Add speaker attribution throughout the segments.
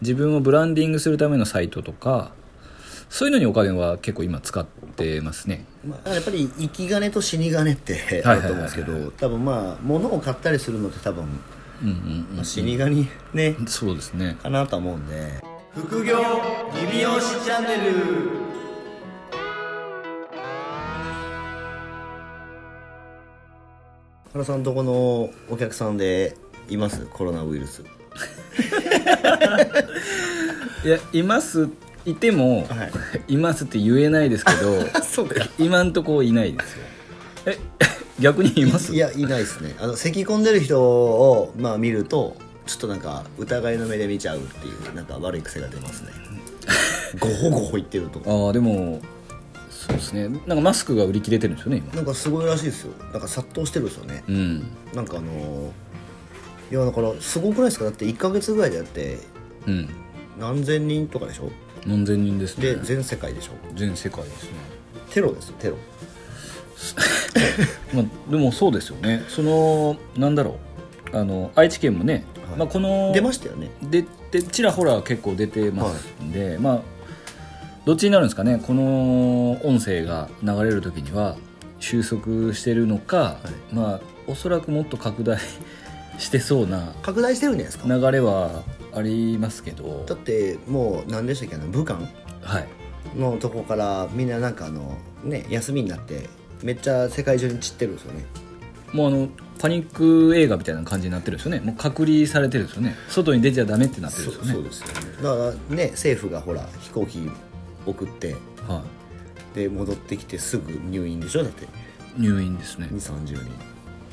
Speaker 1: 自分をブランディングするためのサイトとかそういうのにお金は結構今使ってますね
Speaker 2: まあ、やっぱり生き金と死に金って
Speaker 1: はい
Speaker 2: あ
Speaker 1: はいはいはい
Speaker 2: ると思うんですけど多分まあ物を買ったりするのって多分、
Speaker 1: うんうんうん、
Speaker 2: まあ、死に金ね
Speaker 1: そうですね
Speaker 2: かなとは思うんで
Speaker 3: 副業リビオシチャンネル
Speaker 2: 原さんとこのお客さんでいますコロナウイルス
Speaker 1: いやいますいても、、
Speaker 2: はい
Speaker 1: ますって言えないですけ ど
Speaker 2: そうか
Speaker 1: 今んとこいないですよえ逆にいます
Speaker 2: いやいないですねあの咳き込んでる人を、まあ、見るとちょっとなんか疑いの目で見ちゃうっていうなんか悪い癖が出ますねごほごほ言ってると
Speaker 1: ああでもそうですねなんかマスクが売り切れてるんですよね今
Speaker 2: なんかすごいらしいですよなんか殺到してるんですよね
Speaker 1: うん
Speaker 2: なんかあのーいやだからすごくないですかだって1か月ぐらいでやって
Speaker 1: うん
Speaker 2: 何千人とかでしょ
Speaker 1: 何千人ですね
Speaker 2: で全世界でしょ
Speaker 1: 全世界ですね
Speaker 2: テロですよテロ
Speaker 1: まあ、でもそうですよねそのなんだろうあの愛知県もね、
Speaker 2: はい
Speaker 1: まあ、この
Speaker 2: 出ましたよね
Speaker 1: ででちらほら結構出てますんで、まあどっちになるんですかねこの音声が流れる時には収束してるのか、まあおそらくもっと拡大 してそうな
Speaker 2: 拡大してるんじゃないですか
Speaker 1: 流れはありますけど
Speaker 2: だってもう何でしたっけあの武漢
Speaker 1: はい
Speaker 2: のとこからみんななんかあのね休みになってめっちゃ世界中に散ってるんですよね
Speaker 1: もうあのパニック映画みたいな感じになってるんですよねもう隔離されてるんですよね外に出ちゃダメってなってるんですよね
Speaker 2: ですよねだからね政府がほら飛行機送って
Speaker 1: は
Speaker 2: で戻ってきてすぐ入院でしょだって
Speaker 1: い、入院ですね
Speaker 2: 2 3 0人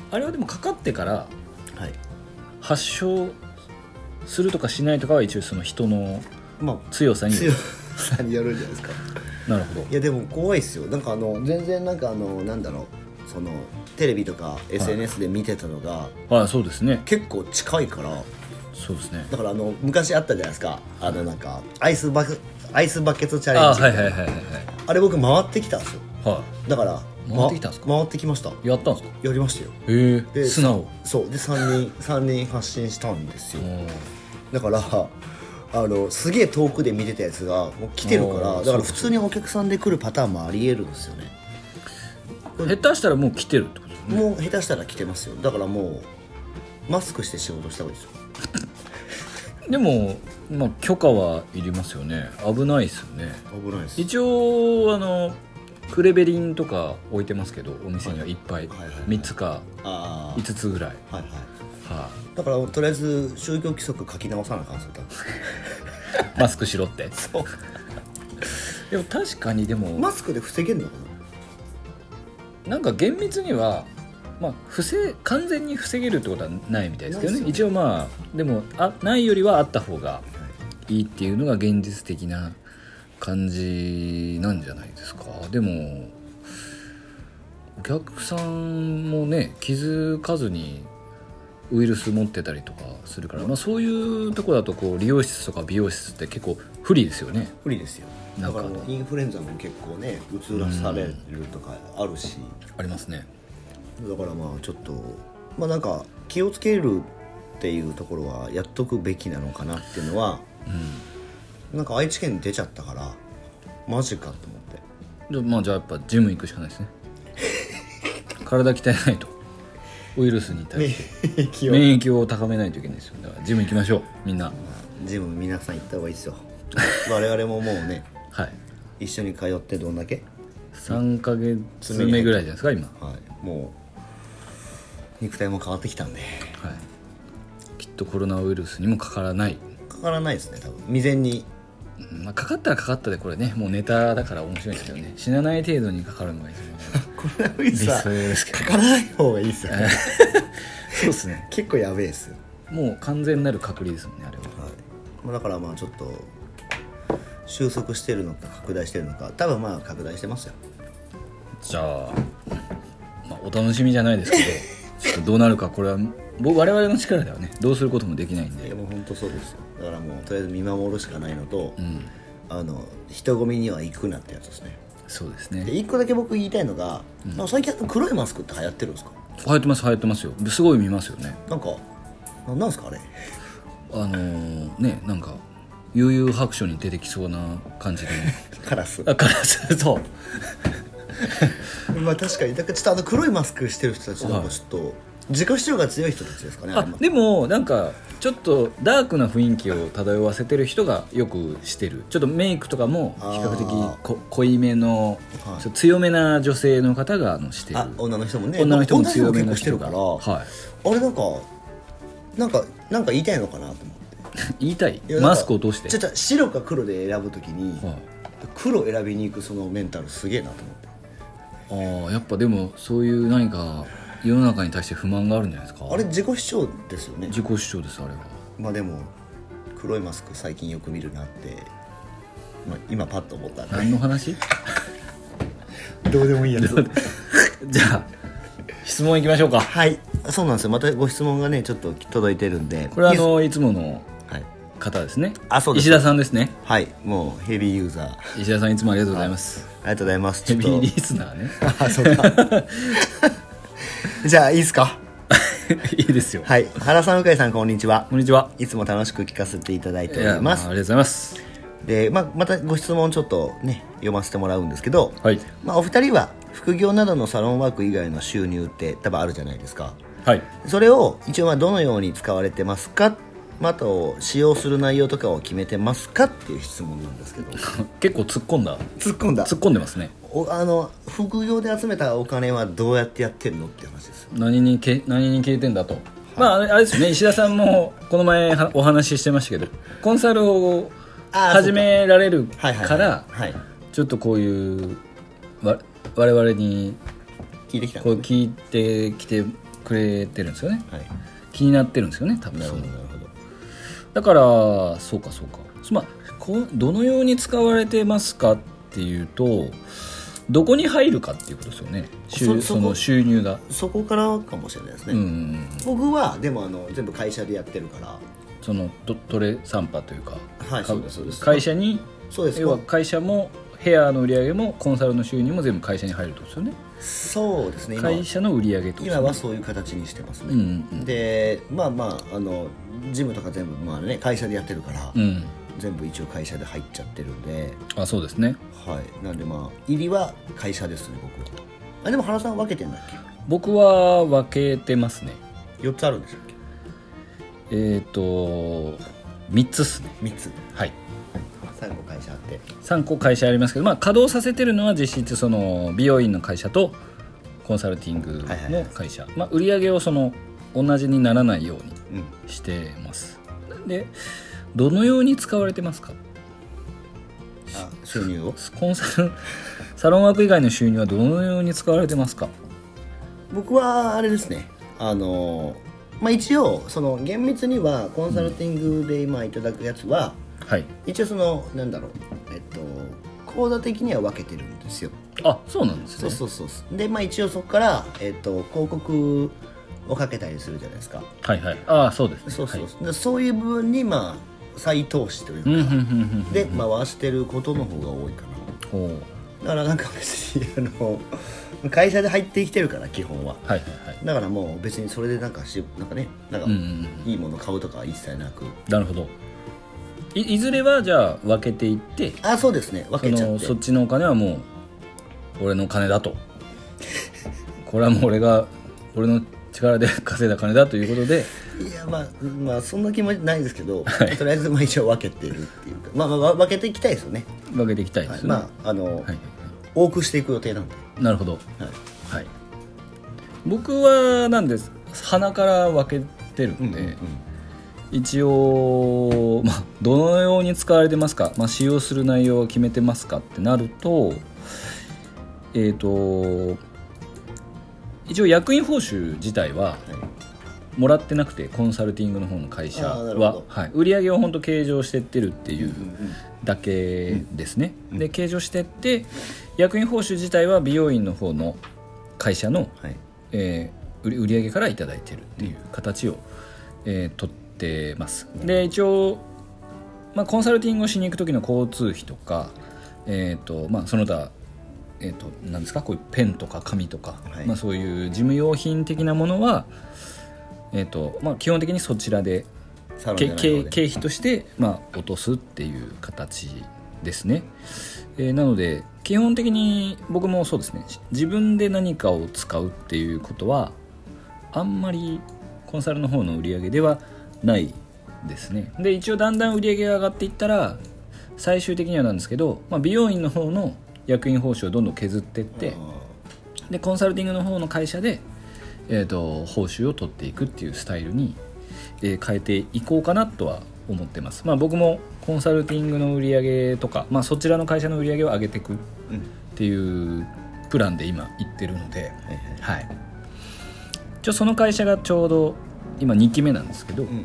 Speaker 1: あれはでもかかってから
Speaker 2: はい
Speaker 1: 発症するとかしないとかは一応その人の
Speaker 2: まあ
Speaker 1: 強さに
Speaker 2: 強さによるんじゃないですか
Speaker 1: なるほど
Speaker 2: いやでも怖いですよなんかあの全然なんかあのなんだろうそのテレビとか SNS で見てたのが、
Speaker 1: ああそうですね
Speaker 2: 結構近いから
Speaker 1: そうですね
Speaker 2: だからあの昔あったじゃないですかあのなんかアイスバケアイスバケツチャ
Speaker 1: あ
Speaker 2: レン
Speaker 1: あ
Speaker 2: ジ
Speaker 1: はいはいはいはい
Speaker 2: あれ僕回ってきたんですよ
Speaker 1: は
Speaker 2: だから
Speaker 1: 回ってきたんですか
Speaker 2: ま回ってきました
Speaker 1: いやったんですか
Speaker 2: やりましたよ
Speaker 1: ええ
Speaker 2: で
Speaker 1: 素直
Speaker 2: そうで3人3人 発信したんですよ
Speaker 1: おー
Speaker 2: だからあのすげえ遠くで見てたやつがもう来てるか
Speaker 1: お
Speaker 2: ら
Speaker 1: ー
Speaker 2: だから普通にお客さんで来るパターンもありえるんですよね
Speaker 1: 下手したらもう来てるってことですね
Speaker 2: もう下手したら来てますよだからもうマスクして仕事した方がいいですよ
Speaker 1: でも、まあ、許可はいりますよね危ないですよね
Speaker 2: 危ないです
Speaker 1: 一応あのクレベリンとか置いてますけどお店にはいっぱい、
Speaker 2: はいはいはい
Speaker 1: 3つか
Speaker 2: あ
Speaker 1: 5つぐらい、
Speaker 2: あはいはい
Speaker 1: は
Speaker 2: だからとりあえず宗教規則書き直さなあかんですよ多分
Speaker 1: いマスクしろって でも確かにでも、
Speaker 2: マスクで防げるのかな
Speaker 1: なんか厳密には、まあ、防い完全に防げるってことはないみたいですけどね
Speaker 2: ないです
Speaker 1: 一応まあでもあないよりはあった方がいいっていうのが現実的な感じなんじゃないですかでもお客さんもね気づかずにウイルス持ってたりとかするから、まあ、そういうとこだとこう理容室とか美容室って結構不利ですよね
Speaker 2: 不利ですよ
Speaker 1: なん
Speaker 2: だ
Speaker 1: か
Speaker 2: からもうインフルエンザも結構ねうつらされるとかあるし、
Speaker 1: ありますね
Speaker 2: だからまあちょっとまあなんか気をつけるっていうところはやっとくべきなのかなっていうのは、なんか愛知県に出ちゃったからマジかと思って
Speaker 1: じゃあまあじゃあやっぱジム行くしかないですね 体鍛えないとウイルスに対 して免疫を高めないといけないですよだからジム行きましょうみんな
Speaker 2: ジム皆さん行った方がいいですよ我々ももうね
Speaker 1: はい
Speaker 2: 一緒に通ってどんだけ、
Speaker 1: 3か月目ぐらいじゃないですか今
Speaker 2: はい、もう肉体も変わってきたんで
Speaker 1: はいきっとコロナウイルスにもかからない、
Speaker 2: かからないですね多分未然に
Speaker 1: うんまあ、かかったらかかったでこれねもうネタだから面白いですけどね死なない程度にかかるのが一 番
Speaker 2: コロナウイルス
Speaker 1: 理
Speaker 2: は
Speaker 1: 想ですけど
Speaker 2: かからない方がいいですよね
Speaker 1: そうですね
Speaker 2: 結構やべえですよ、
Speaker 1: もう完全なる隔離ですもんねあれは
Speaker 2: はいまあ、だからまあちょっと収束してるのか拡大してるのか多分まあ拡大してますよ
Speaker 1: じゃあ、まあ、お楽しみじゃないですけどちょっとどうなるかこれは僕我々の力ではねどうすることもできないん
Speaker 2: い
Speaker 1: で
Speaker 2: やもう本当そうですよだからもうとりあえず見守るしかないのと、
Speaker 1: うん
Speaker 2: あの人混みには行くなってやつですね
Speaker 1: そうです
Speaker 2: で
Speaker 1: ね
Speaker 2: 一個だけ僕言いたいのが、なんか最近あの黒いマスクって流行ってるんですか
Speaker 1: 流行ってます流行ってますよすごい見ますよね
Speaker 2: なんかななんですかあれ
Speaker 1: あのーねなんか悠々白書に出てきそうな感じで
Speaker 2: カラス
Speaker 1: あカラスそう
Speaker 2: まあ確かにだからちょっとあの黒いマスクしてる人たちなんかちょっと、自己主張が強い人たちですかね
Speaker 1: あ
Speaker 2: れも
Speaker 1: でもなんかちょっとダークな雰囲気を漂わせてる人がよくしてるちょっとメイクとかも比較
Speaker 2: あ
Speaker 1: 的こ濃いめの、
Speaker 2: はい
Speaker 1: ちょっと強めな女性の方があのしてる
Speaker 2: あ女の人もね
Speaker 1: 女の人も強め
Speaker 2: 結
Speaker 1: の
Speaker 2: 構し
Speaker 1: 人
Speaker 2: てる
Speaker 1: が
Speaker 2: から、
Speaker 1: は
Speaker 2: あれなんかなんかなんか言いたいのかなと思って
Speaker 1: い、 言いたい
Speaker 2: いやなんか
Speaker 1: マスクを通して
Speaker 2: ちょちょ白か黒で選ぶときに、
Speaker 1: はい
Speaker 2: 黒選びに行くそのメンタルすげえなと思って
Speaker 1: あーやっぱでもそういう何か世の中に対して不満があるんじゃないですか
Speaker 2: あれ自己主張ですよね
Speaker 1: 自己主張ですあれは
Speaker 2: まあでも黒いマスク最近よく見るなって、まあ、今パッと思ったんで
Speaker 1: 何の話
Speaker 2: どうでもいいやつ
Speaker 1: じゃあ質問いきましょうか
Speaker 2: はいそうなんですよまたご質問がねちょっと届いてるんで
Speaker 1: これはあ
Speaker 2: いい
Speaker 1: のいつもの
Speaker 2: ですはい、
Speaker 1: 方ですね
Speaker 2: あそうです
Speaker 1: 石田さんですね
Speaker 2: はい、もうヘビーユーザーあ
Speaker 1: 石田さんいつもありがとうございます
Speaker 2: りがとうございますち
Speaker 1: ヘ
Speaker 2: ょっ
Speaker 1: ビ
Speaker 2: と
Speaker 1: ーリスナーね
Speaker 2: あそうかじゃあいいですか
Speaker 1: いいですよ、
Speaker 2: はい原さん向井さんこんにちは
Speaker 1: こんにちはい
Speaker 2: つも楽しく聞かせていただいて
Speaker 1: い
Speaker 2: お
Speaker 1: や
Speaker 2: り
Speaker 1: まああ
Speaker 2: ま
Speaker 1: り
Speaker 2: す
Speaker 1: がとうございます
Speaker 2: で、まあ、またご質問ちょっとね読ませてもらうんですけど、
Speaker 1: はい
Speaker 2: まあ、お二人は副業などのサロンワーク以外の収入って多分あるじゃないですか
Speaker 1: はい
Speaker 2: それを一応まあどのように使われてますかまた使用する内容とかを決めてますかっていう質問なんですけど
Speaker 1: 結構突っ込んだ
Speaker 2: 突っ込んだ
Speaker 1: 突っ込んでますね
Speaker 2: おあの副業で集めたお金はどうやってやってんのって話ですよ
Speaker 1: 何にけ何に消えてんだと、まああれあれですよね石田さんもこの前はお話ししてましたけどコンサルを
Speaker 2: あー
Speaker 1: 始められる
Speaker 2: はいはいはい
Speaker 1: から
Speaker 2: はい
Speaker 1: ちょっとこういうわ我々に
Speaker 2: 聞いてきた
Speaker 1: こう
Speaker 2: の
Speaker 1: 聞いてきてくれてるんですよね
Speaker 2: はい
Speaker 1: 気になってるんですよね多分
Speaker 2: なる
Speaker 1: そ
Speaker 2: ほ
Speaker 1: の
Speaker 2: どなるほど
Speaker 1: だからそうかそうかまあこうどのように使われてますかっていうとどこに入るかっていうことですよね収
Speaker 2: そ
Speaker 1: そ
Speaker 2: そこ
Speaker 1: の収入が
Speaker 2: そこからかもしれないですね、
Speaker 1: うんうんうん
Speaker 2: 僕はでもあの全部会社でやってるから
Speaker 1: そのトトレサンパというか,か、
Speaker 2: はいそうですそうです
Speaker 1: 会社に
Speaker 2: そうです
Speaker 1: 要は会社もヘアの売り上げもコンサルの収入も全部会社に入るってことですよね
Speaker 2: そうですね今
Speaker 1: 会社の売り上げってことです
Speaker 2: 今
Speaker 1: よね
Speaker 2: はそういう形にしてますね、
Speaker 1: うんうんうん
Speaker 2: でまあまああのジムとか全部、まあね、会社でやってるから、
Speaker 1: うん
Speaker 2: 全部一応会社で入っちゃってるんで
Speaker 1: あそうですね
Speaker 2: はいなんでまあ入りは会社ですね僕はあでも原さん分けてんだっけ
Speaker 1: 僕は分けてますね
Speaker 2: 4つあるんでしたっけ
Speaker 1: えっ、と3つっすね
Speaker 2: 3つ
Speaker 1: はい
Speaker 2: 最後会社あって
Speaker 1: 3個会社ありますけど、まあ、稼働させてるのは実質その美容院の会社とコンサルティング
Speaker 2: はいはいは
Speaker 1: の
Speaker 2: い
Speaker 1: 会社、まあ、売り上げをその同じにならないように
Speaker 2: うん
Speaker 1: してますでどのように使われてますか
Speaker 2: あ収入を
Speaker 1: コンサルサロンワーク以外の収入はどのように使われてますか
Speaker 2: 僕はあれですねあのまあ一応その厳密にはコンサルティングで今いただくやつは、
Speaker 1: はい
Speaker 2: 一応そのなんだろうえっと口座的には分けてるんですよ
Speaker 1: あそうなんですね
Speaker 2: そうそうそうそうでまあ一応そこから、えっと広告をかけたりするじゃないですか
Speaker 1: はいはいああそうですね
Speaker 2: そうそう
Speaker 1: はい
Speaker 2: そう、でそういう部分にまあ再投資というか、
Speaker 1: うんうんうんうん
Speaker 2: で回してることの方が多いかな
Speaker 1: ほう
Speaker 2: だからなんか別にあの会社で入ってきてるから基本は
Speaker 1: はいはいはい
Speaker 2: だからもう別にそれでなんかしなんかねなんか
Speaker 1: うんうんうん
Speaker 2: いいもの買うとかは一切なく、
Speaker 1: なるほどいいずれはじゃあ分けていって
Speaker 2: あそうですね分
Speaker 1: そ
Speaker 2: けちゃっ
Speaker 1: の
Speaker 2: て
Speaker 1: そっちのお金はもう俺の金だと これはもう俺が俺の力で稼いだ金だということで
Speaker 2: いやまあまあそんな気持ちないですけど、とりあえずまあ一応分けてるっていうかまあまあわ分けていきたいですよね、
Speaker 1: 分けていきたいで
Speaker 2: はい
Speaker 1: すね、
Speaker 2: まああ
Speaker 1: は
Speaker 2: の、
Speaker 1: い
Speaker 2: 多くしていく予定なんで、
Speaker 1: なるほど
Speaker 2: はい、
Speaker 1: はい僕はなんです鼻から分けてるんで、一応、まあ、どのように使われてますか、まあ、使用する内容を決めてますかってなるとえっ、と一応役員報酬自体はもらってなくてコンサルティングの方の会社
Speaker 2: あーなるほ
Speaker 1: は
Speaker 2: ど、
Speaker 1: はい、売り上げを本当計上してってるっていう
Speaker 2: うん
Speaker 1: だけですね、で計上してって役員報酬自体は美容院の方の会社の
Speaker 2: はい
Speaker 1: えー売り売り上げから頂いただいてるっていう形を、えー取ってますで一応、まあ、コンサルティングをしに行く時の交通費とか、えーとまあ、その他、えー、となんですかこういうペンとか紙とか、
Speaker 2: はい
Speaker 1: まあ、そういう事務用品的なものは、えーとまあ、基本的にそちらで
Speaker 2: サロンじ
Speaker 1: け
Speaker 2: ゃない
Speaker 1: 経
Speaker 2: ので
Speaker 1: 経費として、まあ、落とすっていう形ですね、えーなので基本的に僕もそうですねし自分で何かを使うっていうことはあんまりコンサルの方の売り上げではないですねで一応だんだん売り上げが上がっていったら最終的にはなんですけど、まあ、美容院の方の役員報酬をどんどん削っていってでコンサルティングの方の会社で、えー、と報酬を取っていくっていうスタイルに、えー変えていこうかなとは思ってます、まあ、僕もコンサルティングの売り上げとか、まあ、そちらの会社の売り上げを上げていくっ
Speaker 2: うんは
Speaker 1: ていうプランで今行ってるので、
Speaker 2: いはい
Speaker 1: はい、ちょその会社がちょうど今2期目なんですけど、
Speaker 2: うんうん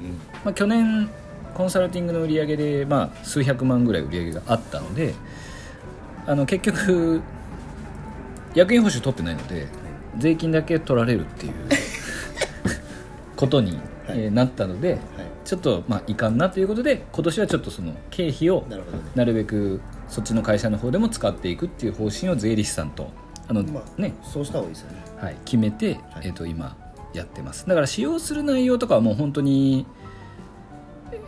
Speaker 1: まあ、去年コンサルティングの売り上げで、まあ、数百万ぐらい売り上げがあったのであの結局役員報酬取ってないので税金だけ取られるっていうことに、えーなったので
Speaker 2: は
Speaker 1: ちょっとまあいかんなということで今年はちょっとその経費を
Speaker 2: いなるほどね
Speaker 1: なるべくそっちの会社の方でも使っていくっていう方針を税理士さんとあの、
Speaker 2: まあ
Speaker 1: ね
Speaker 2: そうした方がいいですよね
Speaker 1: はい、決めて、
Speaker 2: はい
Speaker 1: えー、と今やってますだから使用する内容とかはもう本当に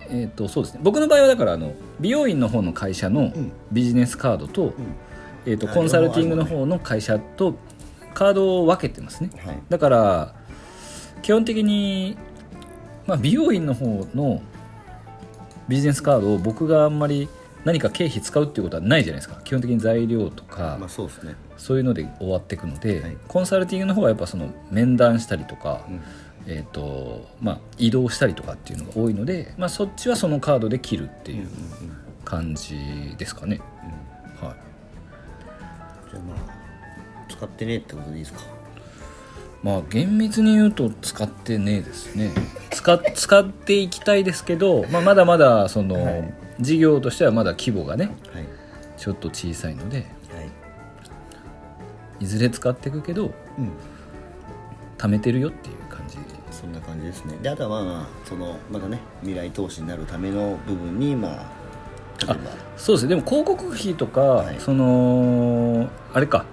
Speaker 1: えっ、とそうですね僕の場合はだからあの美容院の方の会社の
Speaker 2: うん
Speaker 1: ビジネスカードと,、えー、と
Speaker 2: あ
Speaker 1: コンサルティングの方の会社とカードを分けてますね
Speaker 2: はい
Speaker 1: だから基本的に、まあ、美容院の方のビジネスカードを僕があんまり何か経費使うっていうことはないじゃないですか基本的に材料とか、
Speaker 2: まあそうですね
Speaker 1: そういうので終わっていくので、
Speaker 2: はい
Speaker 1: コンサルティングの方はやっぱその面談したりとか、
Speaker 2: うん
Speaker 1: えーとまあ、移動したりとかっていうのが多いので、まあ、そっちはそのカードで切るっていう
Speaker 2: うんうん
Speaker 1: 感じですかね、はい、
Speaker 2: じゃあまあ使ってねえってことでいいですか
Speaker 1: まあ厳密に言うと使ってねえですね使使って いきたいですけど、まあ、まだまだその、
Speaker 2: はい
Speaker 1: 事業としてはまだ規模がね
Speaker 2: はい
Speaker 1: ちょっと小さいので
Speaker 2: はい
Speaker 1: いずれ使っていくけど
Speaker 2: うん
Speaker 1: 貯めてるよっていう感じ
Speaker 2: そんな感じですねであとはまあそのまたね未来投資になるための部分にまあ例えば
Speaker 1: そうですねでも広告費とか、
Speaker 2: い
Speaker 1: そのあれか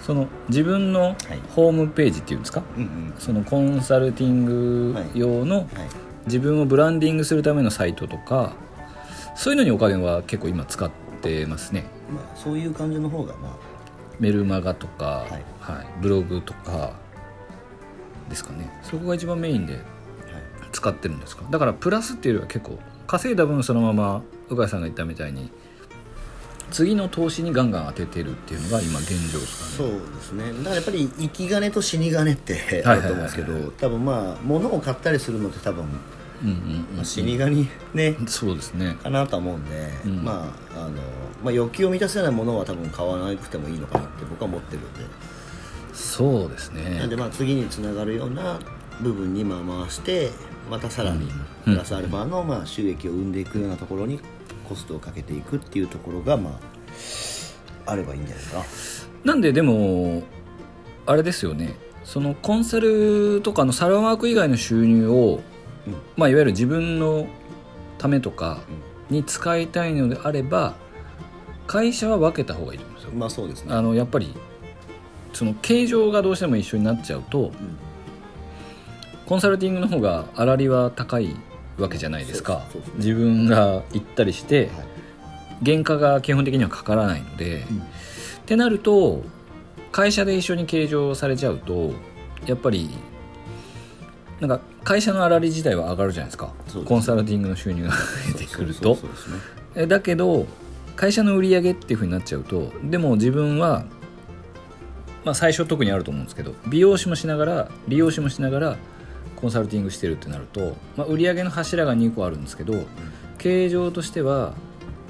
Speaker 1: その自分のホームページっていうんですか、
Speaker 2: うんうん
Speaker 1: そのコンサルティング用の
Speaker 2: はい
Speaker 1: 自分をブランディングするためのサイトとかそういうのにお金は結構今使ってますね
Speaker 2: まあそういう感じの方がま
Speaker 1: メルマガとか、
Speaker 2: はい
Speaker 1: はいブログとかですかねそこが一番メインで
Speaker 2: あは
Speaker 1: 使ってるんですかだからプラスっていうよりは結構稼いだ分そのまま鵜飼さんが言ったみたいに次の投資にガンガン当ててるっていうのが今現状です
Speaker 2: い
Speaker 1: かね
Speaker 2: そうですねだからやっぱり生き金と死に金ってあ
Speaker 1: はいは
Speaker 2: ると
Speaker 1: い
Speaker 2: 思う
Speaker 1: はいはい
Speaker 2: んですけど多分まあ物を買ったりするのって多分
Speaker 1: うんうん
Speaker 2: まあ死に金ね
Speaker 1: うんそうですね
Speaker 2: かなとは思うんで
Speaker 1: うん
Speaker 2: まああのまあ欲求を満たすようなものは多分買わなくてもいいのかなって僕は思ってるんで
Speaker 1: そうです
Speaker 2: なん
Speaker 1: ね
Speaker 2: でまあ次につながるような部分にまあ回してまたさらに
Speaker 1: うん
Speaker 2: プラスアルファのまあ収益を生んでいくようなところにコストをかけていくっていうところがまああればいいんじゃないか
Speaker 1: なんででもあれですよねそのコンサルとかのサロンワーク以外の収入を、
Speaker 2: うん
Speaker 1: まあ、いわゆる自分のためとかに使いたいのであれば会社は分けた方がいいと思うんですよ
Speaker 2: なまあそうですね
Speaker 1: あのやっぱりその形状がどうしても一緒になっちゃうと
Speaker 2: うん
Speaker 1: コンサルティングの方が粗利は高いわけじゃないですか
Speaker 2: そうそうそう
Speaker 1: 自分が行ったりして
Speaker 2: はい
Speaker 1: 原価が基本的にはかからないので、
Speaker 2: うん
Speaker 1: ってなると会社で一緒に計上されちゃうとやっぱりなんか会社の粗利自体は上がるじゃないですか
Speaker 2: そうですね
Speaker 1: コンサルティングの収入が出てくると
Speaker 2: そうそうそうそうですね
Speaker 1: えだけど会社の売り上げっていうふうになっちゃうとでも自分は、まあ、最初特にあると思うんですけど美容師もしながら利用師もしながらコンサルティングしてるってなると、まあ、売り上げの柱が2個あるんですけど経営上としては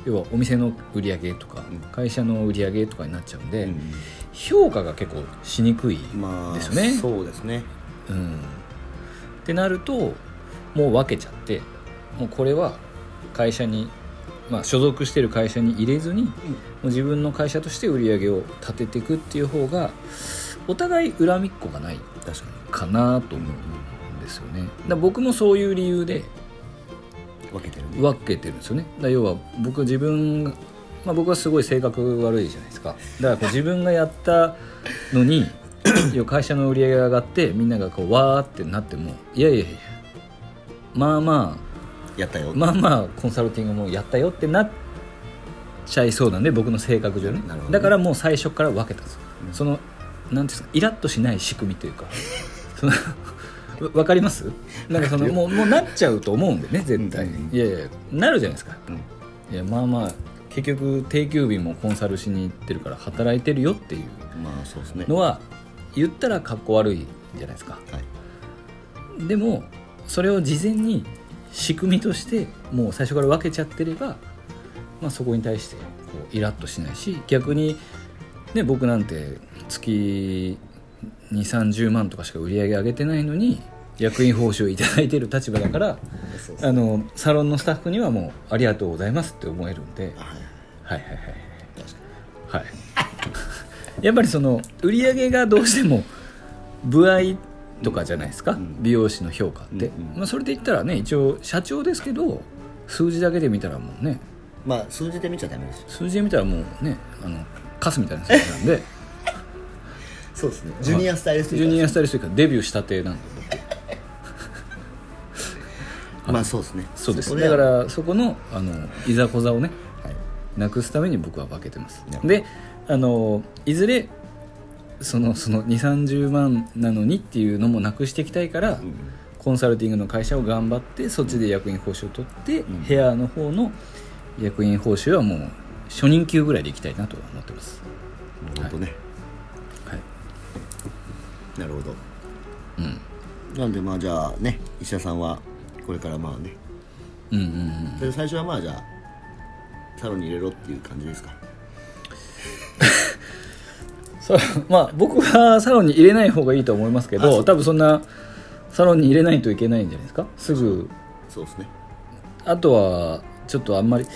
Speaker 1: 要はお店の売り上げとか
Speaker 2: うん
Speaker 1: 会社の売り上げとかになっちゃうんで、
Speaker 2: うん
Speaker 1: 評価が結構しにくい、
Speaker 2: うんまあ
Speaker 1: ですよね
Speaker 2: そうですね
Speaker 1: うん、ってなるともう分けちゃってもうこれは会社に、まあ、所属してる会社に入れずに、もう自分の会社として売り上げを立てていくっていう方がお互い恨みっこがない
Speaker 2: 確
Speaker 1: か
Speaker 2: か
Speaker 1: なと思うんですよね。だから僕もそういう理由で
Speaker 2: に分けてるね
Speaker 1: 分けてるんですよね。だから要は僕自分がまあ、僕はすごい性格悪いじゃないですかだからこう自分がやったのに 要は会社の売り上げが上がってみんながこうわーってなってもいやいやいやまあま
Speaker 2: やったよ、
Speaker 1: あまあまあコンサルティングもやったよってなっちゃいそうなんで僕の性格上ね
Speaker 2: なるほどね
Speaker 1: だからもう最初から分けたんですよ、そのなんていうんですかイラッとしない仕組みと いうかそのわわかりますなんかそのもうもうなっちゃうと思うんでね絶対、
Speaker 2: うんうんうん
Speaker 1: いやいやなるじゃないですか
Speaker 2: うん
Speaker 1: いやまあまあ結局定休日もコンサルしに行ってるから働いてるよっていう
Speaker 2: まあそうですね
Speaker 1: のは言ったらかっこ悪いじゃないですか
Speaker 2: はい、
Speaker 1: でもそれを事前に仕組みとしてもう最初から分けちゃってれば、まあ、そこに対してこうイラッとしないし逆に、ね、僕なんて月2 3 0万とかしか売り上げ上げてないのに役員報酬をいただいてる立場だから
Speaker 2: そうです
Speaker 1: あのサロンのスタッフにはもうありがとうございますって思えるんで。
Speaker 2: はいは
Speaker 1: は
Speaker 2: い
Speaker 1: いはいはい
Speaker 2: 確か
Speaker 1: はいやっぱりその売り上げがどうしても歩合とかじゃないですか、
Speaker 2: ん
Speaker 1: 美容師の評価って、
Speaker 2: うんうん
Speaker 1: まあ、それで言ったらね一応社長ですけど数字だけで見たらもうね
Speaker 2: にまあ数字で見ちゃダメです
Speaker 1: 数字で見たらもうねあのカスみたいな数字 なんで
Speaker 2: そうですねジュニアスタイリスト
Speaker 1: ジュニア
Speaker 2: ア
Speaker 1: スタイリストというかデビューしたてなんで
Speaker 2: まあそうですね
Speaker 1: そうです
Speaker 2: こ
Speaker 1: だ
Speaker 2: で
Speaker 1: か
Speaker 2: は
Speaker 1: らそこのあのいざこざをね
Speaker 2: はい
Speaker 1: なくすために僕は分けてます
Speaker 2: なるほど
Speaker 1: であのいずれそのその2 3 0万なのにっていうのもなくしていきたいから、
Speaker 2: うん
Speaker 1: コンサルティングの会社を頑張ってそっちで役員報酬を取って、
Speaker 2: ん
Speaker 1: ヘアの方の役員報酬はもう初任給ぐらいでいきたいなと思ってます、
Speaker 2: なるほどね、
Speaker 1: はい、
Speaker 2: なるほど
Speaker 1: うん
Speaker 2: なんでまあじゃあね石田さんはこれからまあね
Speaker 1: うんうんうん
Speaker 2: で最初はまあじゃあサロンに入れろっていう感じですか
Speaker 1: そうまあ僕はサロンに入れない方がいいと思いますけ
Speaker 2: あそ
Speaker 1: ど
Speaker 2: う
Speaker 1: 多分そんなサロンに入れないといけないんじゃないですかすぐ
Speaker 2: そうですね
Speaker 1: あとはちょっとあんまり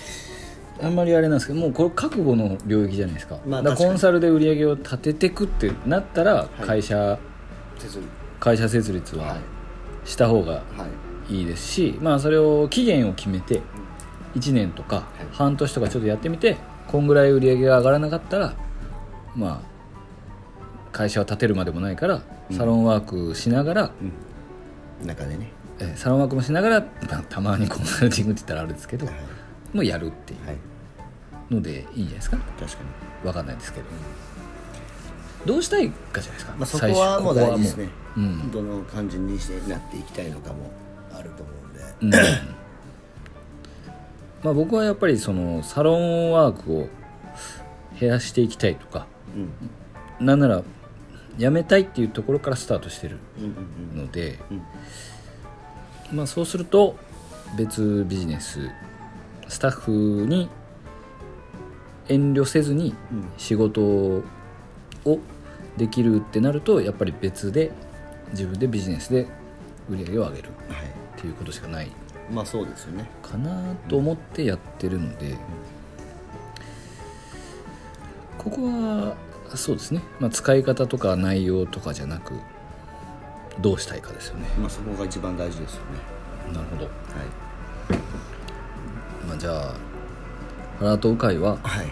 Speaker 1: あんまりあれなんですけどもうこれ覚悟の領域じゃないですか,、
Speaker 2: まあ
Speaker 1: だから
Speaker 2: 確かに
Speaker 1: コンサルで売り上げを立ててくってなったら
Speaker 2: い
Speaker 1: 会社、
Speaker 2: 設備
Speaker 1: 会社設立は
Speaker 2: はい
Speaker 1: した方が
Speaker 2: はい
Speaker 1: いいですし、まあそれを期限を決めて1年とか
Speaker 2: い
Speaker 1: 半年とかちょっとやってみてこんぐらい売り上げが上がらなかったらまあ会社は立てるまでもないからサロンワークしながら、
Speaker 2: 中でね
Speaker 1: えーサロンワークもしながら、まあ、たまにコンサルティングって言ったらあれですけど
Speaker 2: はい
Speaker 1: もうやるってい
Speaker 2: はいう
Speaker 1: のでいいんじゃないですか
Speaker 2: 確かに、
Speaker 1: わかんないですけどどうしたいかじゃないですか、
Speaker 2: まあ、そこはもう大事ですね
Speaker 1: ここはもううん
Speaker 2: どの感じにしてなっていきたいのかもあると思うんで、
Speaker 1: うんまあ僕はやっぱりそのサロンワークを減らしていきたいとか
Speaker 2: うん、
Speaker 1: なんならやめたいっていうところからスタートしてる
Speaker 2: うんうん
Speaker 1: ので、
Speaker 2: うん
Speaker 1: まあそうすると別ビジネススタッフに遠慮せずに
Speaker 2: うん
Speaker 1: 仕事をできるってなるとやっぱり別で自分でビジネスで売り上げを上げる
Speaker 2: うんは
Speaker 1: っていうことしかない
Speaker 2: いまあそうですよね
Speaker 1: かなと思ってやってるので、ここはそうですね、まあ、使い方とか内容とかじゃなくどうしたいかですよね
Speaker 2: まあそこが一番大事ですよね
Speaker 1: なるほど、
Speaker 2: は
Speaker 1: まあ、じゃあハラートウ会はい
Speaker 2: はい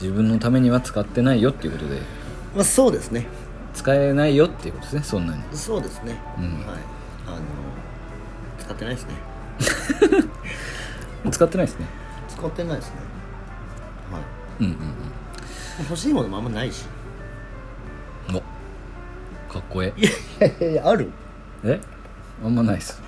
Speaker 1: 自分のためには使ってないよっていうことで
Speaker 2: まあそうですね
Speaker 1: 使えないよっていうことですねそんなに
Speaker 2: そうですね、
Speaker 1: うん
Speaker 2: はいあの使ってないですね
Speaker 1: 使ってないですね
Speaker 2: 使ってないですねはい
Speaker 1: うんうん
Speaker 2: 欲しいものもあんまないし
Speaker 1: うんおかっこええ
Speaker 2: ある
Speaker 1: えあんまないっす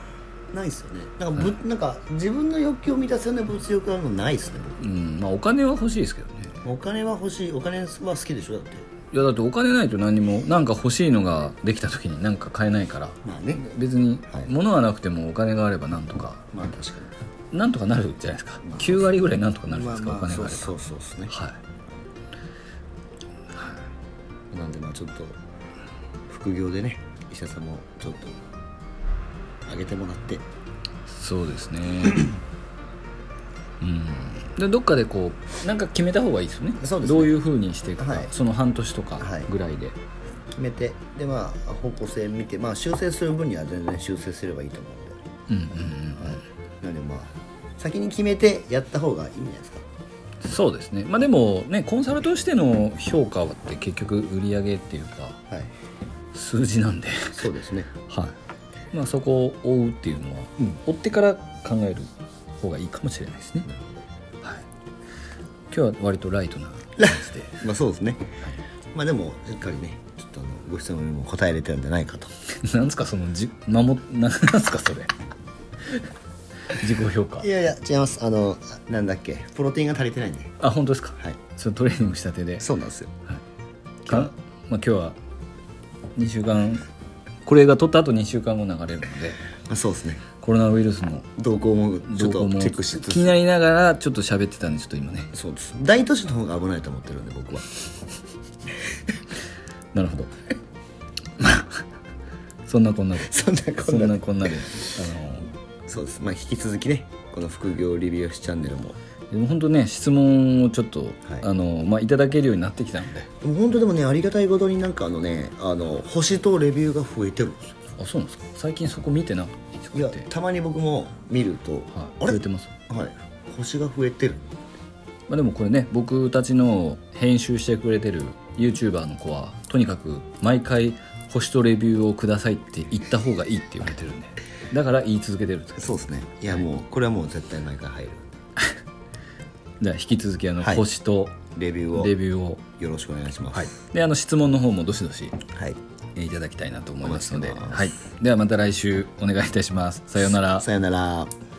Speaker 2: ないですよねなんかぶ、なんか自分の欲求を満たすような物欲はもうないですね
Speaker 1: うんまあお金は欲しいですけどね
Speaker 2: 僕お金は欲しいお金は好きでしょだって
Speaker 1: いやだってお金ないと何にもなんか欲しいのができた時に何か買えないから
Speaker 2: まあね
Speaker 1: 別に
Speaker 2: はい
Speaker 1: 物はなくてもお金があればなんとか
Speaker 2: まあ確か
Speaker 1: なんとかなるじゃないですか
Speaker 2: まあ
Speaker 1: 9割ぐらいなんとかなる
Speaker 2: に
Speaker 1: じゃないですかお
Speaker 2: まあまあ
Speaker 1: 金
Speaker 2: そ
Speaker 1: があ
Speaker 2: う
Speaker 1: れば
Speaker 2: そうそうですね
Speaker 1: はい
Speaker 2: なんでまあちょっと副業でね医者さんもちょっと上げてもらって
Speaker 1: そうですねうんでどっかでこうなんか決めた方がいいですよね
Speaker 2: そうですね
Speaker 1: どういうふうにしていくか、
Speaker 2: はい
Speaker 1: その半年とか
Speaker 2: はい
Speaker 1: ぐらいで、
Speaker 2: 決めてでまあ方向性見てまあ修正する分には全然修正すればいいと思う
Speaker 1: うんうんうん
Speaker 2: んで、はい、なんでまあ先に決めてやった方がいいんじゃないですか
Speaker 1: そうですねまあでもねコンサルとしての評価はって結局売り上げっていうか
Speaker 2: はい
Speaker 1: 数字なんで
Speaker 2: そうですね
Speaker 1: はいまあ、そこを追うっていうのは、
Speaker 2: うん
Speaker 1: 追ってから考える方がいいかもしれないですね、はい、今日は割とライトな感じで
Speaker 2: まあそうですねまあでもしっかりねちょっとあのご質問にも答えれてるんじゃないかと
Speaker 1: なんですかそのじ守 ななんですかそれ 自己評価
Speaker 2: いやいや違いますあのなんだっけプロテインが足りてないんで
Speaker 1: あ本当ですか
Speaker 2: はい
Speaker 1: そのトレーニングしたてで
Speaker 2: そうなんですよ
Speaker 1: はい、かまあ今日は2週間これが撮った後2週間後流れるので
Speaker 2: あそうですね
Speaker 1: コロナウイルスの
Speaker 2: 動向もち
Speaker 1: 動
Speaker 2: ょっと
Speaker 1: 向も
Speaker 2: チェックしつ
Speaker 1: 気に
Speaker 2: つ
Speaker 1: なりながらちょっと喋ってたんでちょっと今ね
Speaker 2: そうです大都市の方が危ないと思ってるんで僕は
Speaker 1: なるほどまあ そんなこんなで
Speaker 2: そんなこ
Speaker 1: そ
Speaker 2: ん
Speaker 1: ん
Speaker 2: な
Speaker 1: なこんなで
Speaker 2: そうですまあ引き続きねこの副業リビューしチャンネルも
Speaker 1: あのでも本当ね質問をちょっと、
Speaker 2: はい
Speaker 1: あのまあいただけるようになってきたので
Speaker 2: もう本当でもねありがたいことになんかあのねあの星とレビューが増えてるんですよ
Speaker 1: あそうなんですか最近そこ見てなく
Speaker 2: いや
Speaker 1: て
Speaker 2: たまに僕も見ると、
Speaker 1: はい
Speaker 2: あ
Speaker 1: 増
Speaker 2: れ
Speaker 1: えてます
Speaker 2: はい星が増えてる
Speaker 1: まあ、でもこれね僕たちの編集してくれてる YouTuber の子はとにかく毎回星とレビューをくださいって言った方がいいって言われてるんでだから言い続けてるんですけど
Speaker 2: そうですねいやもうこれはもう絶対毎回入る
Speaker 1: じゃあ引き続きあの
Speaker 2: はい
Speaker 1: 星と
Speaker 2: レビューを
Speaker 1: レビューを、
Speaker 2: よろしくお願いします
Speaker 1: はい、であの質問の方もどしどし
Speaker 2: はい、
Speaker 1: えいただきたいなと思いますので
Speaker 2: お待ちしてます
Speaker 1: はい、ではまた来週お願いいたしますさようなら
Speaker 2: さよなら